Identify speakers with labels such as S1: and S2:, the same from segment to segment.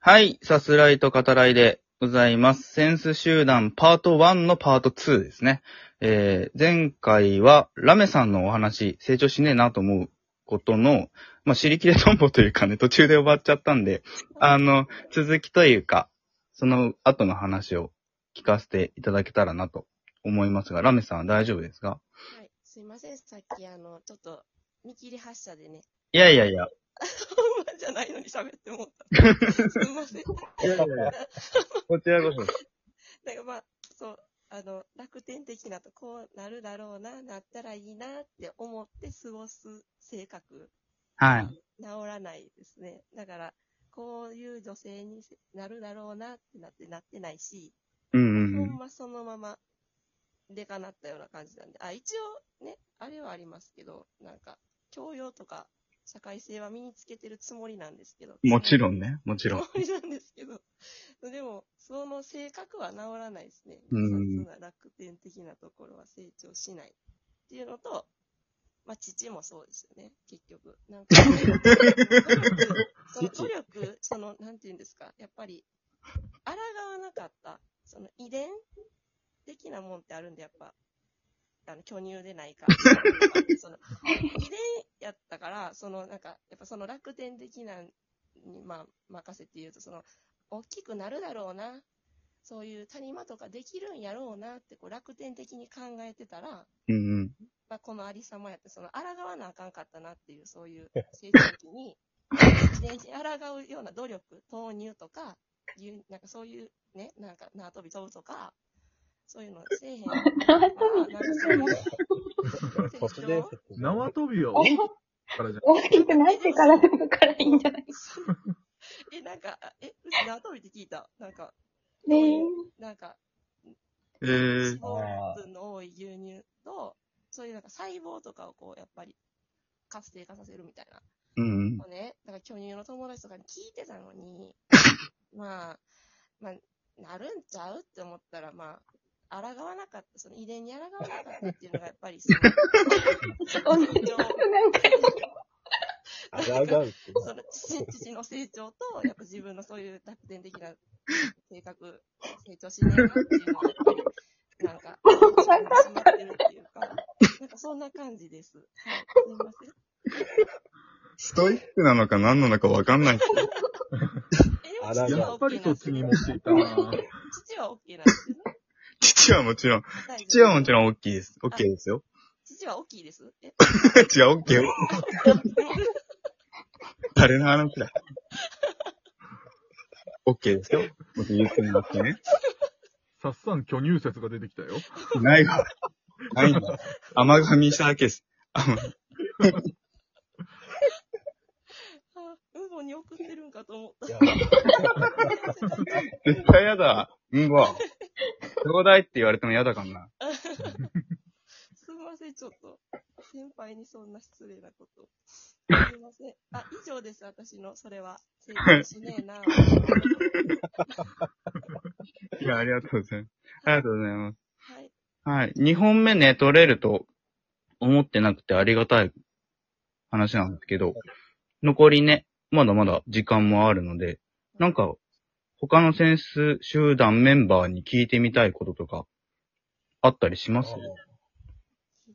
S1: はい、さすらいと語らいでございます。センス集団パート1のパート2ですね。えー、前回はラメさんのお話、成長しねえなと思うことの、まあ、尻切れトンボというかね、途中で終わっちゃったんで、あの、続きというか、その後の話を聞かせていただけたらなと思いますが、ラメさんは大丈夫ですか
S2: はい。すいません。さっき、あの、ちょっと、見切り発車でね。
S1: いやいやいや。
S2: ほんまじゃないのに喋ってもった。すいません。
S1: いやいやいや。こちらこそ。
S2: なんかまあ、そう、あの、楽天的なと、こうなるだろうな、なったらいいなって思って過ごす性格。
S1: はい。
S2: 治らないですね。だから、こういう女性にせなるだろうなってなって、なってないし、
S1: うんう
S2: ほん
S1: ん
S2: まそのまま、でかなったような感じなんで。あ、一応ね、あれはありますけど、なんか、教養とか、社会性は身につけてるつもりなんですけど。
S1: うん。もちろんね、もちろん。
S2: つもりなんですけど。でも、その性格は治らないですね。
S1: うん
S2: そんな楽天的なところは成長しない。っていうのと、まあ、父もそうですよね、結局。な んか、努力、その努力、その、なんていうんですか、やっぱり、抗わなかった、その遺伝的なもんってあるんで、やっぱ、あの、巨乳でないか。その、遺伝やったから、その、なんか、やっぱその楽天的なに、まあ、任せて言うと、その、大きくなるだろうな。そういう谷間とかできるんやろうなって、こう、楽天的に考えてたら、
S1: うんうん。
S2: まあ、このありさまやって、その、抗わなあかんかったなっていう、そういう成長期に、自転車に抗うような努力、投入とか、いうなんかそういうね、なんか縄跳び飛ぶとか、そういうのせえへん。縄跳びなんかそういう成長
S3: 縄跳びを、
S4: お
S3: からじゃん。
S4: 大きくなってからでもからいいんじゃない
S2: え、なんか、あえ、うち縄跳びって聞いた。なんか、
S4: ねえ。
S2: なんか、
S1: え
S2: 脂
S1: ー、
S2: 肪分の多い牛乳と、そういうなんか細胞とかをこう、やっぱり活性化させるみたいな。
S1: うんうん。
S2: をね、だから巨乳の友達とかに聞いてたのに、まあ、まあ、なるんちゃうって思ったら、まあ、抗わなかった、その遺伝に抗わなかったっていうのがやっぱりそ
S4: 同
S2: の、
S4: じこと何回も。
S5: あがうがうって
S2: その父父の成長と、やっぱ自分のそういう楽天的な性格、成長しねえなっていうのがやっぱり、なんか、始まってるっていうか、なんかそんな感じです。はい、すいません。
S1: ストイックなのか何なのかわかんない。
S2: え、でも
S5: あら
S2: 父
S5: が
S3: や
S2: は
S3: っぱ
S2: OK
S3: り
S2: なん
S3: そ
S2: です
S3: っち
S2: よ
S3: に持っていたな。
S2: 父は OK なんですよね。
S1: 父はもちろん、
S2: 大丈夫
S1: 父はもちろん大きいです。OK ですよ。
S2: 父は大きいです。え、
S1: 違う、OK よ。誰の話だ。OK ですよ。僕言ってもらってね。
S3: さっさん巨乳説が出てきたよ。
S1: ないわ。ないんだ。甘噛みしただけです。
S2: あ、うんぼに送ってるんかと思っ
S5: いや、
S2: た。
S1: 絶対やだ。うんご。ちょうだいって言われてもやだかんな。
S2: すみません、ちょっと。先輩にそんな失礼なこと。すみません。あ、以上です、私の、それは。成長しねえな。
S1: いや、ありがとうございます。ありがとうございます。
S2: はい。
S1: はい。2本目ね、取れると思ってなくてありがたい話なんですけど、残りね、まだまだ時間もあるので、なんか、他のセンス集団メンバーに聞いてみたいこととか、あったりします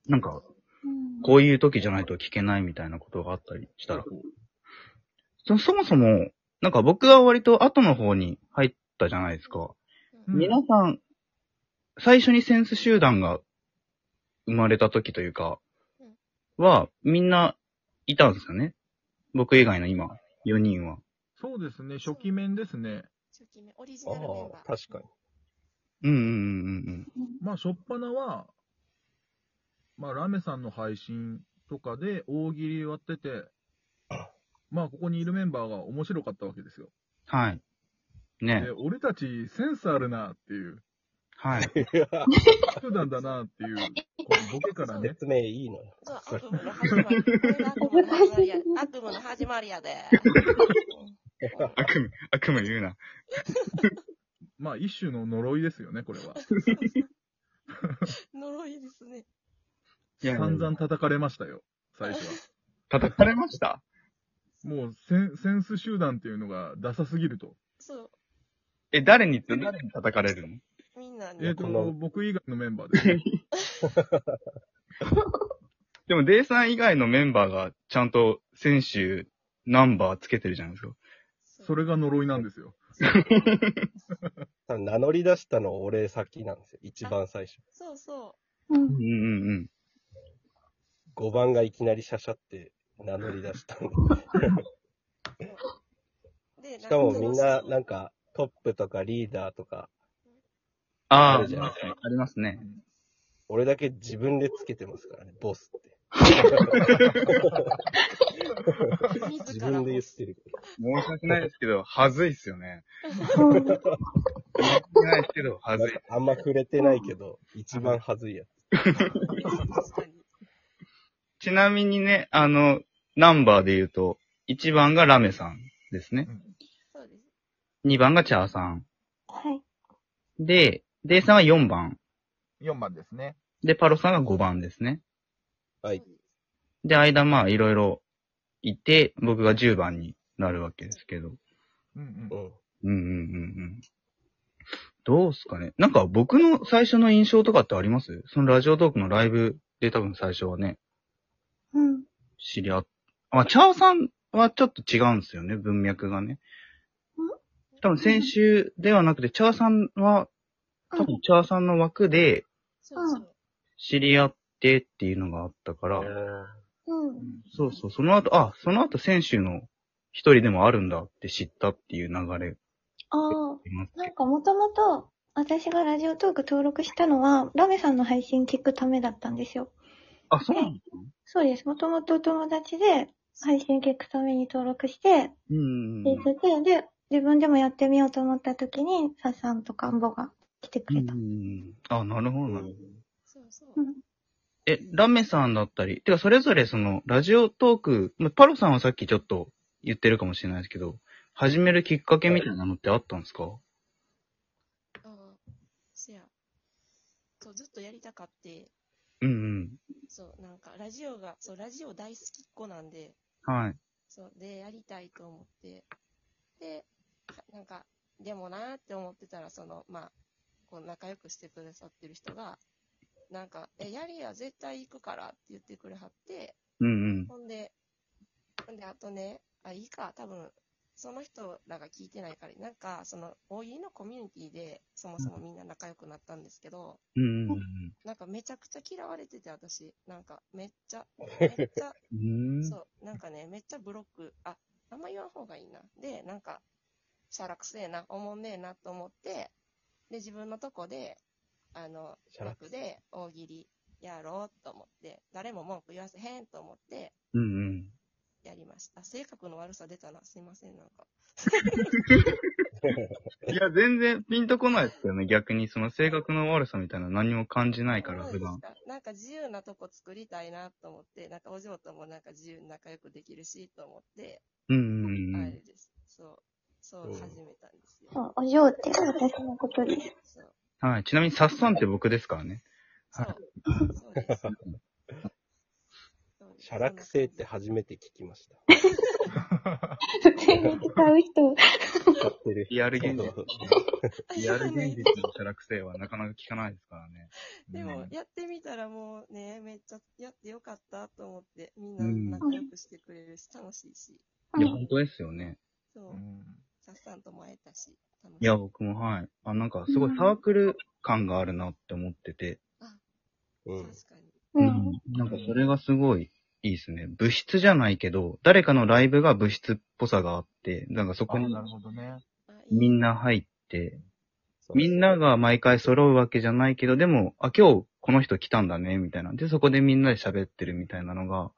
S1: なんか、こういう時じゃないと聞けないみたいなことがあったりしたら。そそもそも、なんか僕は割と後の方に入ったじゃないですか。
S2: うん
S1: 皆さん、最初にセンス集団が生まれた時というか
S2: うん、
S1: は、みんないたんですよね。僕以外の今、4人は。
S3: そうですね、初期面ですね。
S2: 初期面、オリジ
S5: あ
S2: ナルメンバ
S5: あ、
S2: ー。
S5: 確かに。
S1: うんうんうんうん
S3: まあ、初っ端は、まあ、ラメさんの配信とかで大喜利やってて、まあ、ここにいるメンバーが面白かったわけですよ。
S1: うん。はい。ね
S3: で、俺たちセンスあるなっていう、
S1: はい。
S5: いや
S3: 普段だなっていう、このボケか らね、
S5: 説明いいのよ。
S2: そう、悪夢の始まり。これが悪夢の始まりや。悪夢の始まりやで。う ん
S1: 悪夢、悪夢言うな。
S3: まあ、一種の呪いですよね、これは。
S2: 呪いですね。
S1: いや
S3: 散々叩かれましたよ、最初は。
S1: 叩かれました
S3: もうセン、センス集団っていうのがダサすぎると。
S2: そう、
S1: え、誰に、誰に叩かれるの
S2: みんなに
S3: えっ、
S5: この
S3: と、僕以外のメンバーです、 ね。
S1: でも、デイさん以外のメンバーが、ちゃんと、選手、ナンバーつけてるじゃないですか。
S3: それが呪いなんですよ。
S5: 多分名乗り出したの俺先なんですよ。一番最初。
S2: そうそ
S4: うん
S1: う。んうんうん。
S5: 5番がいきなりシャシャって名乗り出したんで。
S2: う。で、
S5: しかもみんな、
S2: 楽しそう
S5: なんか、トップとかリーダーとか、
S1: ああ、
S5: あ
S1: あ
S5: るじゃないですか
S1: りますね。
S5: 俺だけ自分でつけてますからね、ボスって。
S2: 自
S5: 自
S2: ら
S5: 分
S2: も
S5: で言ってる。
S1: 申し訳ないですけど、はずいっすよね。
S4: うん
S1: 申し訳ないですけど、はず
S5: なん
S1: い
S5: か。あんま触れてないけど、一番はずいやつ。
S2: 確かに。
S1: ちなみにね、あの、ナンバーで言うと、1番がラメさんですね。
S2: そうです。
S1: 2番がチャーさん。
S4: はい。
S1: で、デイさんは4番。
S3: 4番ですね。
S1: で、パロさんが5番ですね。
S5: はい。
S1: で、間まあ、いろいろいて、僕が10番になるわけですけど。
S3: うん
S5: う
S1: うんう
S5: ん。
S1: んうんうん。どうすかねなんか僕の最初の印象とかってありますそのラジオトークのライブで多分最初はね、
S4: うん。
S1: 知り合っ、あ、チャオさんはちょっと違うんですよね、文脈がね。多分先週ではなくて、チャーさんは、多分チャーさんの枠で
S2: そうそう。
S1: 知り合ってっていうのがあったから、
S4: うん。
S1: そうそう、その後、あ、その後選手の一人でもあるんだって知ったっていう流れが
S4: ああ。
S1: あります。
S4: なんかもともと、私がラジオトーク登録したのは、ラメさんの配信聞くためだったんですよ。
S1: あ、そうなの
S4: そうです。もともとお友達で、配信聞くために登録して、
S1: うんうんうん。
S4: 聞いてて、で、自分でもやってみようと思った時に、サさんとかアンボが来てく
S1: うんう
S4: れ
S1: んう
S4: た。
S1: んあ、なるほどなるほど。
S2: そうそうう。
S4: ん。
S1: え、ラメさんだったり、てかそれぞれその、ラジオトーク、まあパロさんはさっきちょっと言ってるかもしれないですけど、始めるきっかけみたいなのってあったんですか、
S2: ああ、せや。そう、ずっとやりたかって、
S1: うん
S2: そう、なんか、ラジオが、そう、ラジオ大好きっ子なんで、
S1: うん。はい。
S2: そう、で、やりたいと思って、で、かなんか、でもなーって思ってたら、その、まあ、こう、仲良くしてくださってる人が、なんか、え、やりや、絶対行くからって言ってくれはって、
S1: うん
S2: ほんで、ほんで、あとね、あ、いいか、多分、その人らが聞いてないから、なんか、その、OE のコミュニティで、そもそもみんな仲良くなったんですけど、
S1: うん。うん
S2: なんかめちゃくちゃ嫌われてて、私。なんか、めっちゃ、めっちゃ、
S1: うんうん。
S2: そう、なんかね、めっちゃブロック、あ、あんま言わん方がいいな。で、なんか、しゃらくせえな、おもんねえなと思って、で、自分のとこで、あの、
S5: しゃら
S2: 楽で大喜利やろうと思って、誰も文句言わせへんと思って、
S1: うんうん。
S2: やりました。あ性格の悪さ出たな。すいません、なんか。
S1: いや、全然ピンとこないですよね。逆にその性格の悪さみたいなの何も感じないから、
S2: どう
S1: 普
S2: です
S1: 段。
S2: かなんか自由なとこ作りたいなと思って、なんかお嬢ともなんか自由に仲良くできるしと思って、
S1: うんうんう
S2: あれ
S1: ん。
S2: です。そう、そう
S5: うん
S2: 始めたんですよ。
S4: そう、お嬢って私のことです。
S2: そう。
S1: はい。ちなみに、サッサンって僕ですからね。
S2: そ
S1: は
S2: う。 そうです。そうです
S5: シャラクセって初めて聞きました。
S4: 普通に使う人。
S5: 使ってる人
S1: リアル現実。リアル現実のキャラクセはなかなか聞かないですからね。
S2: でも
S1: うん、
S2: やってみたらもうね、めっちゃやってよかったと思って、み
S1: うん
S2: んな仲良くしてくれるし、楽しいし、
S1: いや、本当ですよね。
S2: そう、さっさんとも会えたし、楽し
S1: いや、僕もはい。あ、なんかすごいサークル感があるなって思ってて。
S2: 確
S5: うん。
S2: かに。
S4: う。。
S1: うんなんかそれがすごいいいですね。部室じゃないけど、誰かのライブが部室っぽさがあって、なんかそこに
S3: ほどね。
S2: あいい
S1: みんな入って、
S5: そう
S1: みんなが毎回揃うわけじゃないけど、でも、あ、今日この人来たんだね、みたいな。で、そこでみんなで喋ってるみたいなのが、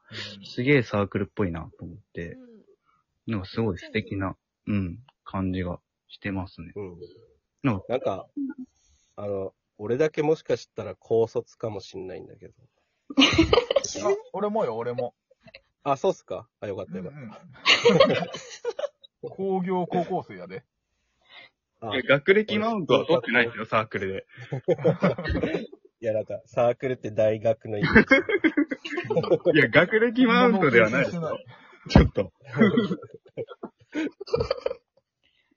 S1: すげえサークルっぽいなと思っ
S2: う
S1: て、
S2: ん。
S1: なんかすごい素敵な、うん、感じがしてますね。
S5: うん
S1: なんか
S5: なんか、あの、俺だけもしかしたら高卒かもしんないんだけど。
S3: 俺もよ、俺も。
S5: あ、そうっすかあ、よかったよかっ
S3: 工業高校生やで。
S5: た。
S1: い
S5: あ
S1: や
S5: い
S1: 学歴マウントは取ってないですよ、サークルで。
S5: や、なんか、サークルって大学のイメ ージ。
S1: いや、学歴マウントではないですよ。ちょっと。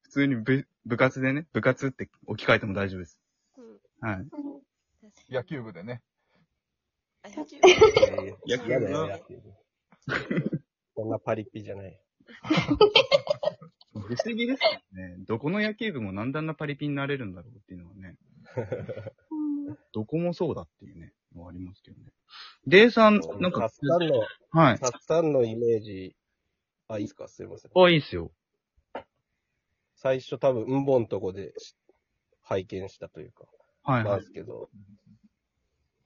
S1: 普通に部部活でね、部活って置き換えても大丈夫です。
S2: うん。
S1: はい。
S3: 野球部でね。
S2: あ野球
S5: 嫌だよ、
S2: 野
S5: 野球部。そんなパリピじゃない。
S1: 不思議ですよね。どこの野球部もなんであんなパリピになれるんだろうっていうのはね、どこもそうだっていうね、のはありますけどね。デイさん、なん
S5: タ
S1: か
S5: ッ、サンの、
S1: はい。
S5: タッサンのイメージ、あ、いいですかすいません。
S1: あ、いいっすよ。
S5: 最初多分、うんぼんとこでし拝見したというか、
S1: はい
S5: なん
S1: はい
S5: で。すけど、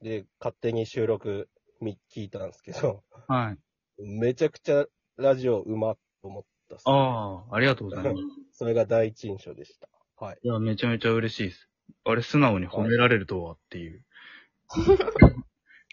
S5: で、勝手に収録み聞いたんですけど、
S1: はい。
S5: めちゃくちゃラジオうまっと思ったっす、
S1: ああ、ありがとうございます。
S5: それが第一印象でした。はい。
S1: いや、めちゃめちゃ嬉しいです。あれ、素直に褒められるとはっていう、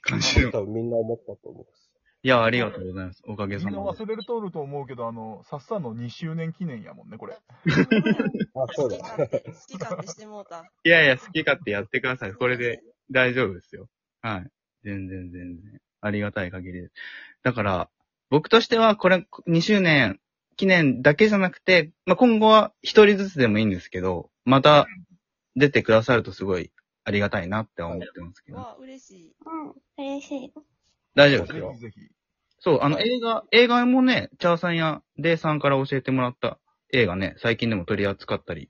S1: 感じの。い
S5: 多分みんな思ったと思うっす。
S1: や、ありがとうございます。おかげ
S3: みん
S1: さ
S3: な
S1: まで。
S3: 忘れるとると思うけど、あの、さっさの2周年記念やもんね、これ。
S5: あ、 そうだ。
S2: 好き勝手、好き勝手してもうた。
S1: いやいや、好き勝手やってください。これで。大丈夫ですよ。はい。全然全然。ありがたい限りです。だから、僕としては、これ、2周年記念だけじゃなくて、まあ、今後は一人ずつでもいいんですけど、また出てくださるとすごいありがたいなって思ってますけど。
S2: わあ、嬉しい。
S4: うん。嬉しい。
S1: 大丈夫
S5: そ
S1: で
S5: う
S1: す
S3: ぜ
S1: よ
S3: ひ。ぜひ。
S1: そう、あの映画、映画もね、チャーさんやデイさんから教えてもらった映画ね、最近でも取り扱ったり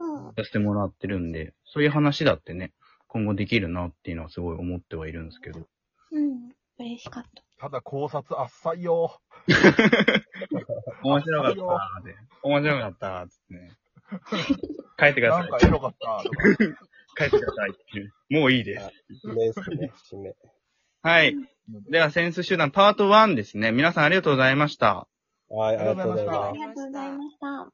S4: うん。
S1: させてもらってるんで、そういう話だってね、今後できるなっていうのはすごい思ってはいるんですけど。
S4: うん。嬉しかった。
S3: ただ考察あっさいよ。
S1: 面白かったーって。面白かったーっつって ね。帰ってくだ
S3: な
S1: さ
S3: ん
S1: い
S3: か。エロかった とか。
S1: 帰ってくださいっていう。もういいです。
S5: 締めですね、締め。
S1: はい。では、センス集団パート1ですね。皆さんありがとうございました。
S5: はい、ありがとうござい
S3: あ
S5: ま
S4: あ
S5: す
S4: り。がとうございました。